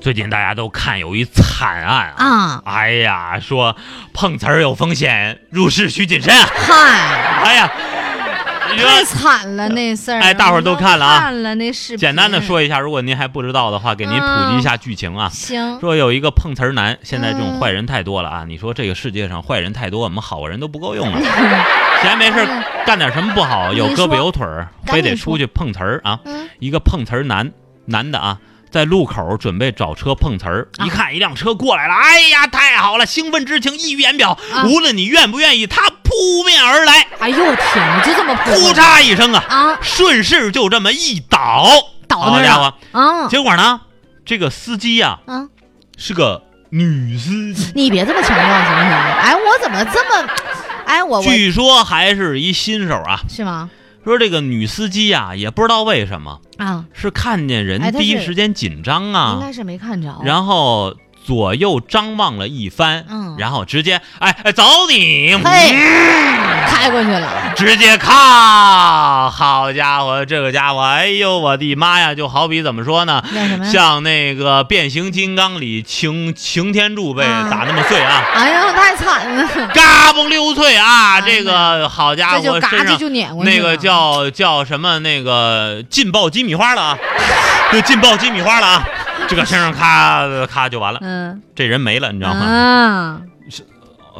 最近大家都看有一惨案啊，啊，哎呀，说碰瓷儿有风险，入市需谨慎。啊 嗨，哎呀，你说太惨了那事儿。哎大伙儿都看了啊看了那视频。简单的，说一下，如果您还不知道的话，给您普及一下嗯剧情啊。行，说有一个碰瓷儿男，现在这种坏人太多了啊！你说这个世界上坏人太多，我们好人都不够 用了。啊闲没事儿干点什么不好？有嗯你胳说膊有腿儿，赶非得紧说出去碰瓷儿啊！嗯，一个碰瓷儿男，男的啊，在路口准备找车碰瓷儿，啊一看一辆车过来了，哎呀，太好了，兴奋之情溢于言表。啊无论你愿不愿意，他扑面而来，哎呦我天哪，就这么扑泼过去嚓一声啊，啊顺势就这么一倒，倒好那儿家伙！啊结果呢，这个司机呀、啊！是个女司机，你别这么强调行不行？哎，我怎么这么，哎我我据说还是一新手啊。是吗？说这个女司机呀、也不知道为什么啊，是看见哎人她第一是时间紧张应啊，该是没看着。然后左右张望了一番，嗯然后直接哎哎走你，嘿嗯开过去了，直接咔，好家伙，这个家伙，哎呦我的妈呀，就好比怎么说呢？那什么呀？像那个变形金刚里擎擎天柱被啊打那么碎啊哎呀，太惨了，嘎嘣溜脆啊！啊这个好家这就伙，嘎身叽上就撵过去了。那个叫叫什么那个劲爆鸡米花了啊， 就劲爆鸡米花了啊！这个身上咔咔就完了，嗯这人没了，你知道吗？啊，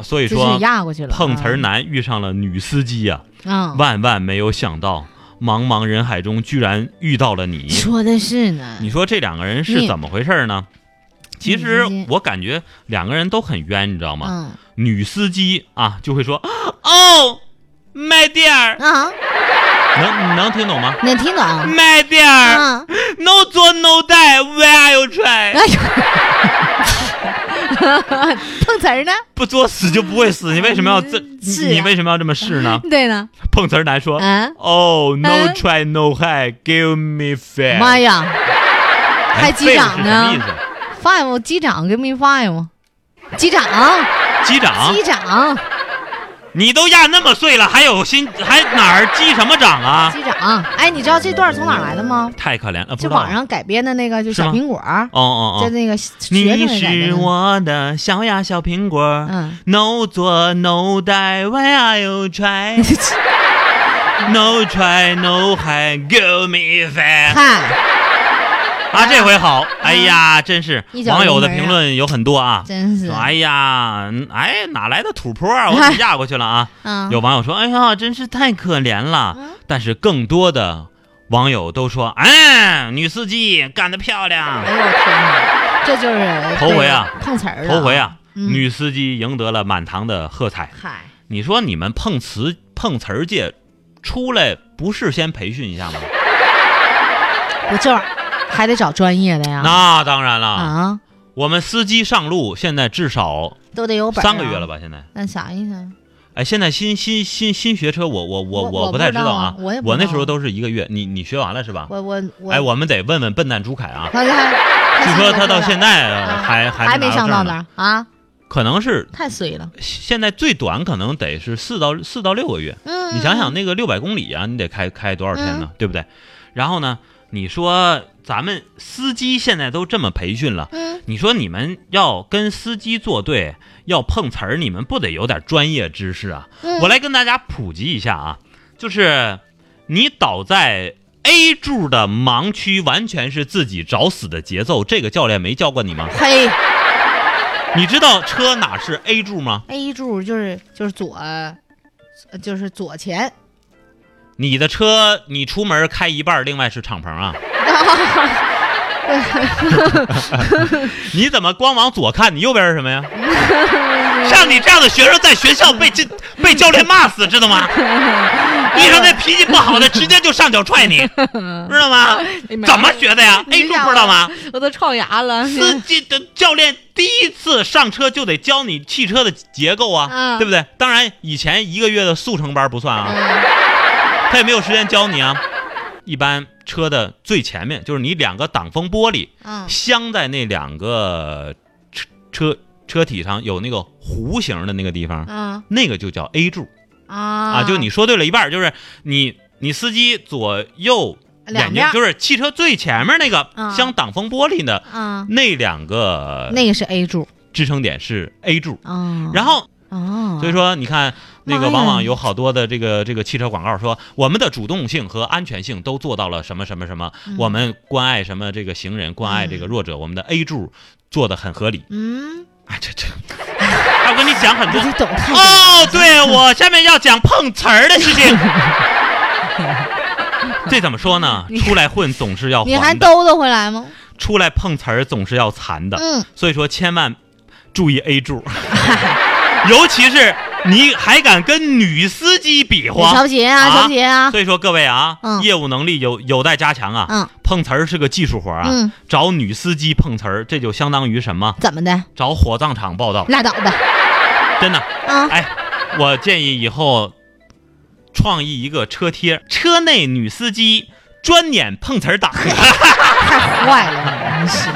所以这说是，压过去了。碰瓷儿男遇上了女司机呀，嗯，嗯，万万没有想到，茫茫人海中居然遇到了你。 说的是呢。你说这两个人是你怎么回事呢？其女司实机我感觉两个人都很冤，你知道吗？嗯女司机啊就会说：“哦，麦店儿。”能啊，你能听懂吗？能听懂？慢点儿啊， ，no 做 no die where you 哎 try，呦，碰瓷儿呢？不作死就不会死，你为什么要这？嗯是啊你你为什么要这么试呢？对呢。碰瓷儿男说嗯， ，Oh 嗯 no try no high，give me five。妈呀，呀，还击掌是哎什么意呢思？ ？Five 击掌，give me five，击掌，击掌击？掌，啊你都压那么碎了，还有心还哪儿击什么掌啊？击掌。哎，你知道这段从哪儿来的吗？太可怜了，不知就道。网上改编的那个，就是小吗苹果儿，哦哦在哦，那个学你生时代是我的小呀小苹果。嗯， No 做 no die，why are you try？No try no high, give me five 嗨，啊！这回好，哎呀，真是嗯一脚网友的油门啊评论有很多啊。真是说，哎呀，嗯哎，哪来的土坡 啊？我给压过去了啊！嗯，有网友说，哎呀，真是太可怜了嗯。但是更多的网友都说，哎，女司机干得漂亮哎。呦我天哪，这就是头回啊，碰瓷儿了，头回，啊，嗯女司机赢得了满堂的喝彩。嗨，你说你们碰瓷碰瓷儿界出来不是先培训一下吗？不这玩意儿还得找专业的呀，那当然了。啊，我们司机上路现在至少都得有本三个月了吧？吧？现在，那啥意思？哎，现在新新新新学车我，我我我我我不不太知道啊啊，我也不那知道时候都是一个月。你你学完了是吧？我我我，哎，我们得问问笨蛋朱凯啊，他他据说他到现在在 啊呃还还没没上到到证那呢，儿啊，可能是太衰了。现在最短可能得是四到四到六个月。嗯，你想想那个六百公里啊，你得开开多少天呢？对不对？然后呢，你说咱们司机现在都这么培训了，嗯，你说你们要跟司机作对，要碰瓷儿，你们不得有点专业知识啊？嗯，我来跟大家普及一下啊，就是你倒在 A 柱的盲区，完全是自己找死的节奏。这个教练没教过你吗？嘿你知道车哪是 A 柱吗？ ，A 柱就是就是左，呃就是左前，你的车你出门开一半，另外是敞篷啊。你怎么光往左看？你右边是什么 呀？像你这样的学生在学校被这被教练骂死，知道 吗？你说那脾气不好的，直接就上脚踹 你，知道吗？怎么学的呀哎你 ？A 这柱样啊不知道吗？ 我都撞牙了。司机的教练第一次上车就得教你汽车的结构啊，嗯对不对？当然，以前一个月的速成班不算啊，嗯他也没有时间教你啊。一般车的最前面就是你两个挡风玻璃嗯镶在那两个车车车体上有那个弧形的那个地方，嗯那个就叫 A 柱啊啊。就你说对了一半儿，就是你你司机左右两眼边睛儿，就是汽车最前面那个嗯镶挡风玻璃的嗯，那两个那个是 A 柱，支撑点是 A 柱。嗯，然后，哦，所以说你看那个妈往呀往有好多的这个这个汽车广告说，我们的主动性和安全性都做到了什么什么什么，嗯我们关爱什么这个行人，关爱这个弱者，我们的 A 柱做的很合理。嗯，哎， 这这，哎我跟你讲很你多这懂太多了，哦，对我下面要讲碰瓷儿的事 情。这怎么说呢？你出来混总是要你还还的，兜得回来吗？出来碰瓷儿总是要残的，嗯，所以说千万注意 A 柱， 尤其是你还敢跟女司机比你划，调节啊，啊调节啊，所以说各位啊，嗯业务能力有有待加强啊。嗯碰瓷儿是个技术活啊，嗯，找女司机碰瓷儿，这就相当于什么？怎么的？找火葬场报道，拉倒吧，真的。啊，哎，我建议以后创意一个车贴，车内女司机专撵碰瓷儿党。太坏了，你是。